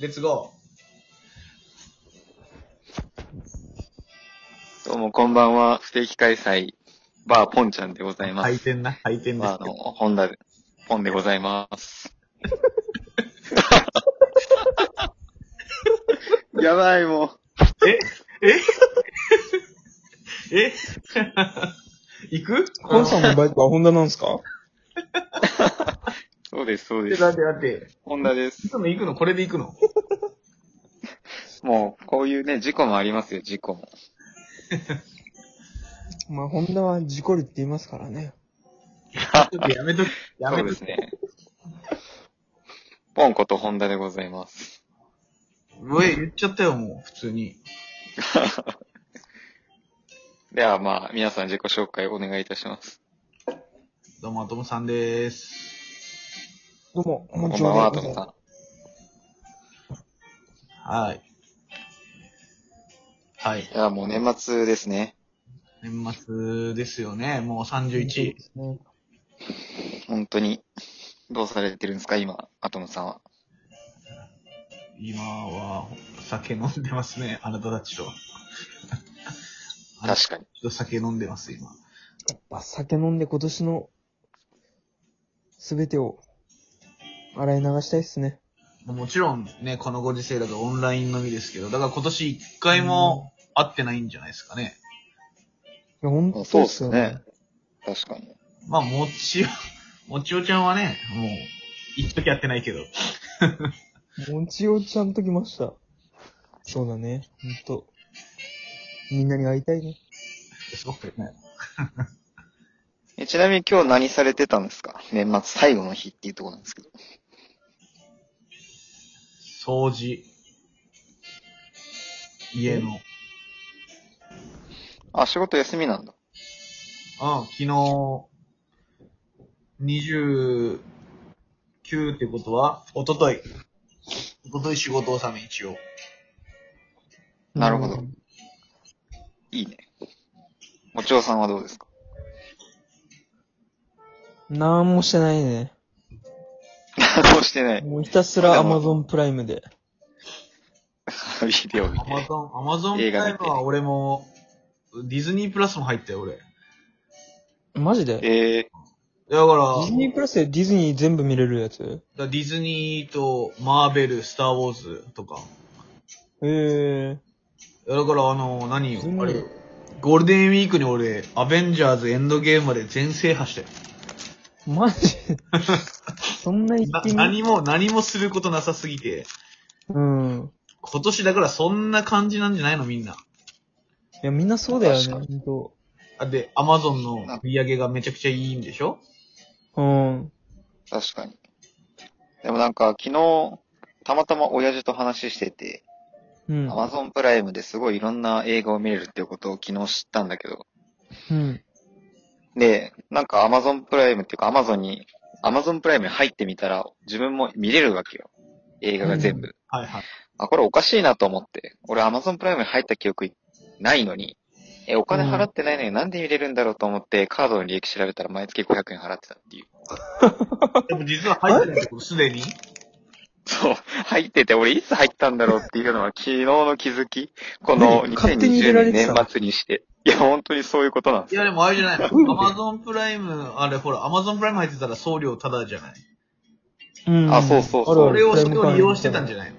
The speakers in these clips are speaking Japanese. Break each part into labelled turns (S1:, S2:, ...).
S1: Let's go!
S2: どうも、こんばんは。不定期開催、バーポンちゃんでございま
S1: 配
S2: す。
S1: 点な、配点で
S2: バ
S1: す
S2: ー。の、ホンダで、ポンでございます。やばい、も
S1: え 行く
S3: コンさんのバイクはホンダなんですか
S2: う。そうです、そう
S1: 待
S2: で
S1: って待っ
S2: す。
S1: て待って。
S2: ホンダで
S1: い
S2: す。
S1: つも行くのこれで行くの
S2: もう、こういうね、事故もありますよ、事故も。
S3: まあ、ホンダは事故るって言いますからね。
S1: ちょっとやめとき、や
S2: そ
S1: め
S2: うで
S1: と
S2: す
S1: き。
S2: ね。ポンことホンダでございます。
S1: うえ、言っちゃったよ、もう、普通に。
S2: では、まあ、皆さん自己紹介お願いいたします。
S1: どうも、ともさんでーす。
S3: どうも、
S2: こんば
S3: ち
S2: んは、
S3: で
S2: トム
S3: ございま
S2: さ
S1: はい。はい
S2: ん。。いや、もう年末ですね。
S1: 年末ですよね、もう
S3: すそう
S1: 31
S3: で。すね。
S2: 本当に。どうされてるんですか、今、アトムさんは。
S1: 今は、酒飲んでますね、あなたたちと。あなたた
S2: 確かに。
S1: ちと酒飲んでます、今。
S3: やっぱ酒飲んで今年のすべてを洗い流したいっすね。
S1: もちろんね、このご時世だとオンラインのみですけど、だから今年一回も会ってないんじゃないですかね。
S3: いや、ほんと
S2: そう
S3: っ
S2: っすね。。確かに。
S1: まあ、もちお、もちおちゃんはね、もう、一時会ってないけど。
S3: もちおちゃんと来ました。そうだね。ほんと。みんなに会いたいね。
S1: すごくね。
S2: えちなみに今日何されてたんですか年末最後の日っていうところなんですけど。
S1: 掃除。家の。うん、
S2: あ、仕事休みなんだ。
S1: 昨日、29ってことは、おととい。おととい仕事納め一応。
S2: なるほど
S3: うん
S2: いいね。もちおさんはどうですか
S3: なんもしてないね。
S2: 何もしてない。
S3: もうひたすら Amazon プライムで。
S2: ビデオ見
S1: アマ
S2: て。
S1: ゾン、アマゾンプ
S2: 映画
S1: ライ
S2: 見て
S1: ムは俺も、ディズニープラスも入ったよ、俺。
S3: マジで
S2: え
S1: だから
S3: ディズ、ニープラスでディズニー全部見れるやつ
S1: だディズニーとマーベル、スター・ウォーズとか。
S3: ええー。
S1: だから、あの、何よ
S3: ディズニ、ー
S1: あれよ、ゴールデンウィークに俺、アベンジャーズエンドゲームまで全制覇したよ。
S3: マジそんな一
S1: な
S3: 気に
S1: 何も、何もすることなさすぎて、
S3: うん。
S1: 今年だからそんな感じなんじゃないの、みんな。
S3: いや、みんなそうだよね、ほ
S2: 確
S3: んと。
S1: あで、アマゾンの売り上げがめちゃくちゃいいんでしょ
S3: うん。
S2: ー、確かに。でもなんか昨日、たまたま親父と話してて、
S3: うん。
S2: Amazon プライムですごいいろんな映画を見れるっていうことを昨日知ったんだけど、
S3: うん。
S2: で、なんか Amazon プライムっていうか Amazon に、Amazon プライムに入ってみたら自分も見れるわけよ。映画が全部。
S1: はいはい。
S2: あ、これおかしいなと思って。俺 Amazon プライムに入った記憶ないのに、え、お金払ってないのになんで見れるんだろうと思って、カードの利益調べたら毎月500円払ってたっていう。
S1: でも実は入ってないってこと、すでに
S2: そう。入ってて、俺いつ入ったんだろうっていうのは昨日の気づき。この
S3: 何勝手に入れら
S2: 2020
S3: れて
S2: 年
S3: た
S2: 年末にして。いや、本当にそういうことなんです
S1: い
S2: よ。
S1: や、でもあれじゃないの。
S3: うん
S1: アマゾンプライム、あれほら、アマゾンプライム入ってたら送料タダじゃない。
S3: うん。
S2: あそうそうそう
S3: あるあ
S1: そ
S3: る
S1: れをそれを利用してたんじゃ
S3: ない
S1: ないの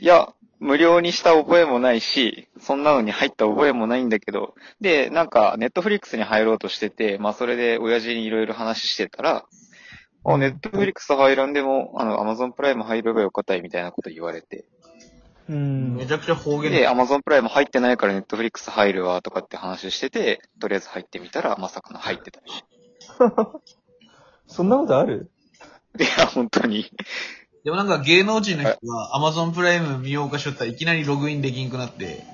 S2: いや、無料にした覚えもないし、そんなのに入った覚えもないんだけど、で、なんか、ネットフリックスに入ろうとしてて、まあ、それで親父にいろいろ話してたら、あ、ネットフリックス入らんでも、あの、アマゾンプライム入ればよかったい、みたいなこと言われて。
S3: うん
S1: め。ちゃくちゃ方言だ
S2: で、アマゾンプライム入ってないからネットフリックス入るわ、とかって話してて、とりあえず入ってみたら、まさかの入ってた。
S3: そんなことある
S2: いや、本当に。
S1: でもなんか芸能人の人が Amazon プライム見ようかしよったらいきなりログインできんくなって、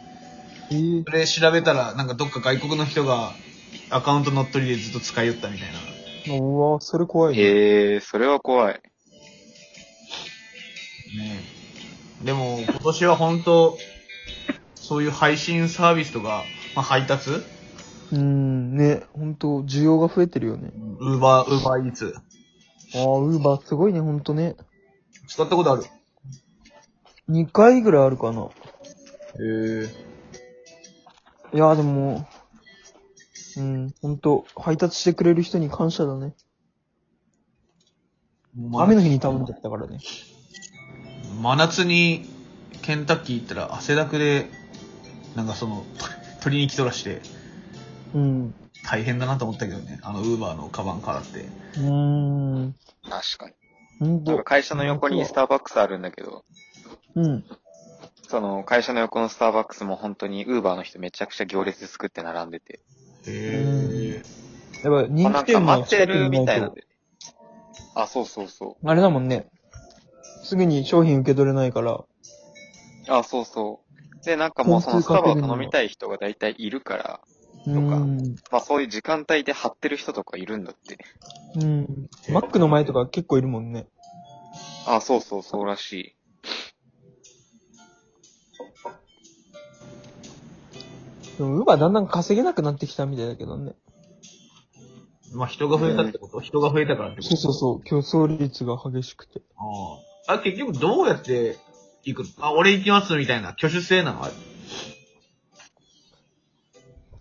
S3: えー
S1: それ調べたらなんかどっか外国の人がアカウント乗っ取りでずっと使いよったみたいな。
S3: うわ、それ怖いね。
S2: えー、それは怖い。
S1: ねえでも今年は本当そういう配信サービスとか、まあ、配達
S3: うん、ね、ほんと、需要が増えてるよね。
S1: ウーバー、ウーバーイーツ。
S3: ああ、ウーバーすごいね、ほんとね。
S1: 使ったことある
S3: 2回ぐらいあるかな。
S1: え
S3: いやーでも、うん、ほんと、配達してくれる人に感謝だね。雨の日に頼んじゃったからね。
S1: 真夏にケンタッキー行ったら汗だくで、なんかその、と取りに来とらして、
S3: うん。
S1: 大変だなと思ったけどね。あの、ウーバーのカバンからって。
S3: うーん。
S2: 確かに。
S3: ほん
S2: なんか
S3: と。
S2: 会社の横にスターバックスあるんだけど、
S3: うん。
S2: その会社の横のスターバックスも本当にウーバーの人めちゃくちゃ行列作って並んでて、
S1: へえ。
S3: やっ
S2: あ
S3: ぱ人
S2: な
S3: 気
S2: んか
S3: 店
S2: 待
S3: の
S2: って
S3: 近く
S2: るみ
S3: に
S2: た
S3: ないい
S2: なん
S3: と、
S2: で。あ、そうそうそ
S3: あれだもんね。すぐに商品受け取れないから。
S2: う。あ、そうそう。で、なんかもうそのスタバを頼みたい人が大体いるから、
S3: う
S2: か
S3: ん。
S2: まあそういう時間帯で張ってる人とかいるんだって。
S3: うん。マックの前とか結構いるもんね。
S2: あ、そうそうそうらしい。
S3: でも、ウーバーだんだん稼げなくなってきたみたいだけどね。
S1: まあ、人が増えたってこと、人が増えたからってこと
S3: そうそうそう。競争率が激しくて。
S1: ああ。あ、結局どうやって行くのあ、俺行きますみたいな挙手制なのあれ。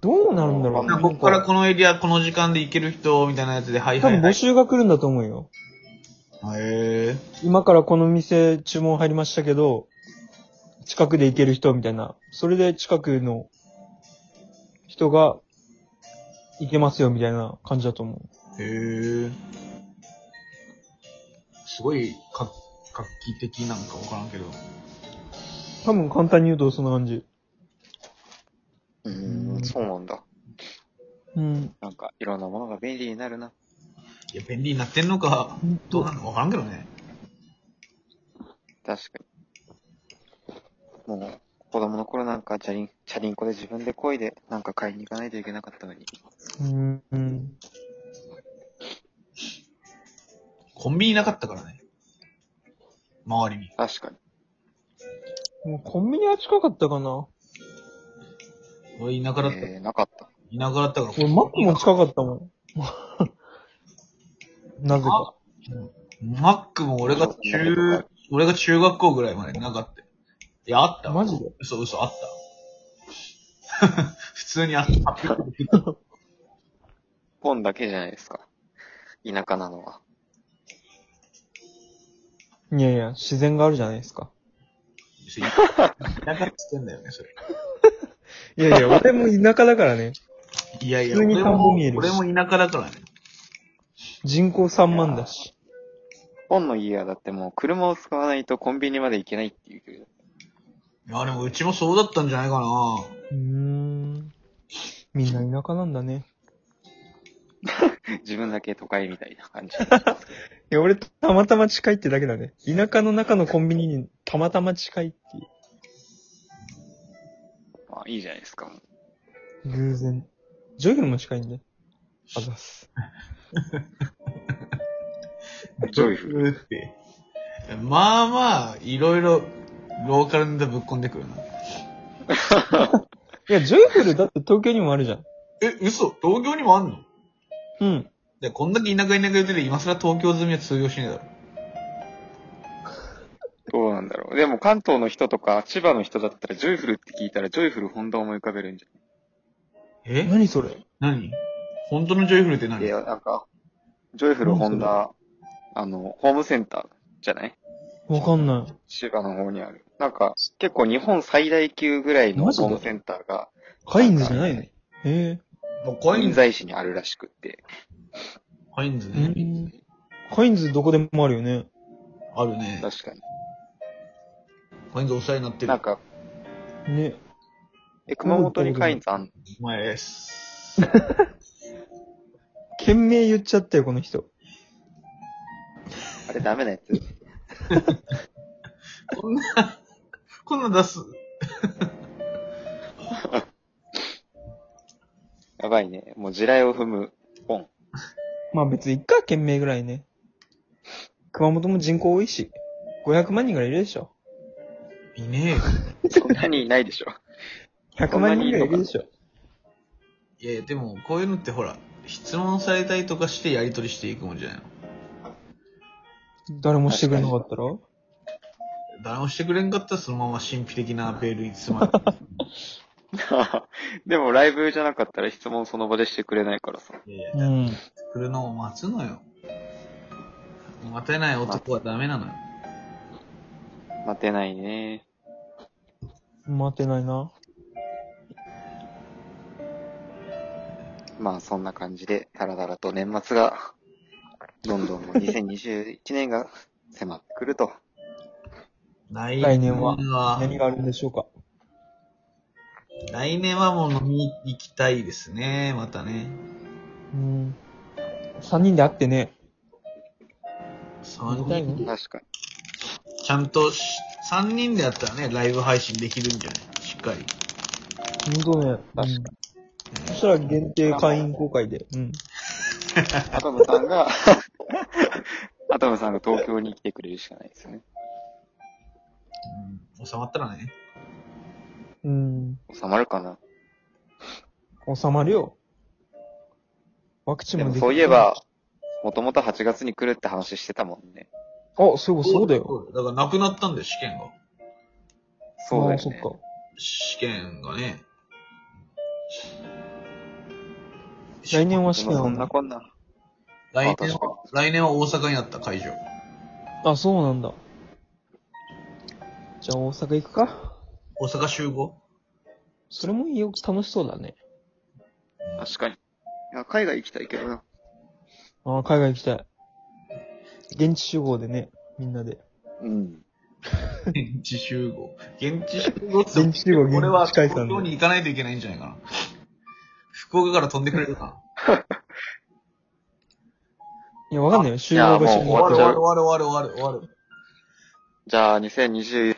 S3: どうなるんだろう
S2: な
S1: ここからこのエリア、この時間で行ける人みたいなやつで、はい
S3: 多
S1: はい
S3: 分
S1: は
S3: 募
S1: い。
S3: 集が来るんだと思うよ。
S1: へえ。
S3: 今からこの店注文入りましたけど、近くで行ける人みたいな。それで近くの人が行けますよみたいな感じだと思
S1: へえ。すごい画画期的なんかわからんけど。
S3: う。多分簡単に言うとそんな感じ。
S2: う
S3: ーん
S2: そうなんだ。
S3: うん。
S2: なんかいろんなものが便利になるな。
S1: いや、便利になってんのか、どうなのかわからんけどね。
S2: 確かに。もう、子供の頃なんか、チャリン、チャリンコで自分で漕いで、なんか買いに行かないといけなかったのに。
S3: うん。うん。
S1: コンビニなかったからね。周りに。
S2: 確かに。
S3: もうコンビニは近かったかな。
S1: 俺田舎だった。
S2: えー、なかった。
S1: 田舎だったから。
S3: 俺マックも近かった もん。なぜか。
S1: マックも俺が中、俺が中学校ぐらいまでなかった。いや、あったわ。
S3: マジで
S1: 嘘嘘、あった。 普通にあった。
S2: 本だけじゃないですか。田舎なのは。
S3: いやいや、自然があるじゃないですか。
S1: 田舎っつってんだよね、それ。
S3: いやいや、俺も田舎だからね。
S1: いやいや、
S3: 普通に田んぼ見えるし
S1: 俺も俺も田舎だからね。
S3: 人口3万だし。
S2: 本の家はだってもう、車を使わないとコンビニまで行けないっていうけど。
S1: いや、でもうちもそうだったんじゃないかな。
S3: うーん。みんな田舎なんだね。
S2: 自分だけ都会みたいな感 じ。
S3: いや、俺、たまたま近いってだけだね。田舎の中のコンビニにたまたま近いってい
S2: まあ、いいじゃないですか。
S3: う。偶然。ジョイフルも近いんで。あざっす。
S2: ジョイフル。
S1: ルって。まあまあ、いろいろ、ローカルネタぶっこんでくるな。
S3: いや、ジョイフルだって東京にもあるじゃん。
S1: え、嘘東京にもあんの
S3: うん。
S1: で、こんだけ田舎田舎言ってて、今更東京済みは通用しねえだろ。
S2: どうなんだろう。でも関東の人とか、千葉の人だったら、ジョイフルって聞いたら、ジョイフル本田を思い浮かべるんじ
S1: え
S3: 何それ
S1: 何本当のジョイフルって
S2: ゃ
S1: 何
S2: ん。いや、なんか、ジョイフル本田、あの、ホームセンターじゃない
S3: わかんない。
S2: 千葉の方にある。なんか、結構日本最大級ぐらいの
S3: マジで
S2: ホームセンターが、
S3: カインズじゃないのへえ。
S1: もうコイン
S2: 印
S1: ズ。
S2: 西市にあるらしくって。
S1: コインズ
S3: う
S1: ね。
S3: んカインズどこでもあるよね。
S1: あるね。
S2: 確かに。
S1: コインズお世話になってる
S2: なん。か、
S3: ね。
S2: え、熊本にカインズあんの
S1: お前です。
S3: 懸命言っちゃったよ、この人。
S2: あれダメなやつ。
S1: こんな、 こんな出す。
S2: やばいね。もう地雷を踏む本。
S3: まあ別に一回懸命ぐらいね。熊本も人口多いし。500万人ぐらいいるでしょ。
S1: いねえよ。
S2: そんなにいないでしょ。
S3: 100万人ぐらいいるでしょ。
S1: いやいや、でも、こういうのってほら、質問されたりとかしてやり取りしていくもんじゃないの
S3: 誰もしてくれなかったら
S1: 誰もしてくれんかったらそのまま神秘的なベールに包まれて。
S2: でもライブじゃなかったら質問その場でしてくれないからさ。
S1: いやいや
S3: うん。
S1: 来るのを待つのよ。待てない男はダメなのよ。
S2: 待てないね。
S3: 待てないな。
S2: まあそんな感じで、だらだらと年末が、どんどんもう2021年が迫ってくると。
S1: 来
S3: 来年は
S1: は
S3: 何があるんでしょうか。
S1: 来年はもう飲みに行きたいですね、またね。
S3: うん。三人で会ってね。
S1: 3
S3: 見たい
S1: 人、
S3: ね。
S2: 確かに。
S1: ちゃんとし、3人でやったらね、ライブ配信できるんじゃないしっかり。
S3: 本当ね。確
S2: かに
S3: そしたら限定会員公開で。うん。
S2: アトムさんが、 アトムさんが東京に来てくれるしかないですよね。
S1: うん、収まったらね。
S3: うん。
S2: 収まるかな。
S3: 収まるよ。ワクチン
S2: で
S3: も
S2: も
S3: でき
S2: そういえ。ば、もともと8月に来るって話してたもんね。
S3: あ、そういえばそうだよ。。
S1: だからなくなったんだよ、試験が。
S2: そうだ
S3: あ
S2: よ
S3: そ
S2: ね。
S3: っか。
S1: 試験がね。
S3: 来年は試
S2: で
S3: 験
S2: も
S3: あ
S2: そん
S3: ん
S2: な
S3: だ。
S2: こんな。
S1: 来
S2: あ
S1: 年
S2: 確かに
S1: は、来年は大阪になった会場。
S3: あ、そうなんだ。じゃあ大阪行くか
S1: 大阪集合
S3: それもよく楽しそうだね。
S2: 確かに。いや海外行きたいけどな。
S3: ああ、海外行きたい。現地集合でね、みんなで。
S2: うん。
S1: 現地集合。現地集合って
S3: 現地集合現地
S1: 俺は
S3: 近い
S1: 東
S3: さんで
S1: 京に行かないといけないんじゃないかな。福岡から飛んでくれるか
S3: いや、わかんないよ。集
S2: いや
S3: 合場所
S1: な。
S2: も
S3: に
S2: う
S1: 終わ
S3: よっ
S1: る
S3: て
S1: 終
S3: は
S1: わる終わる終わる終わる。
S2: じゃあ、2021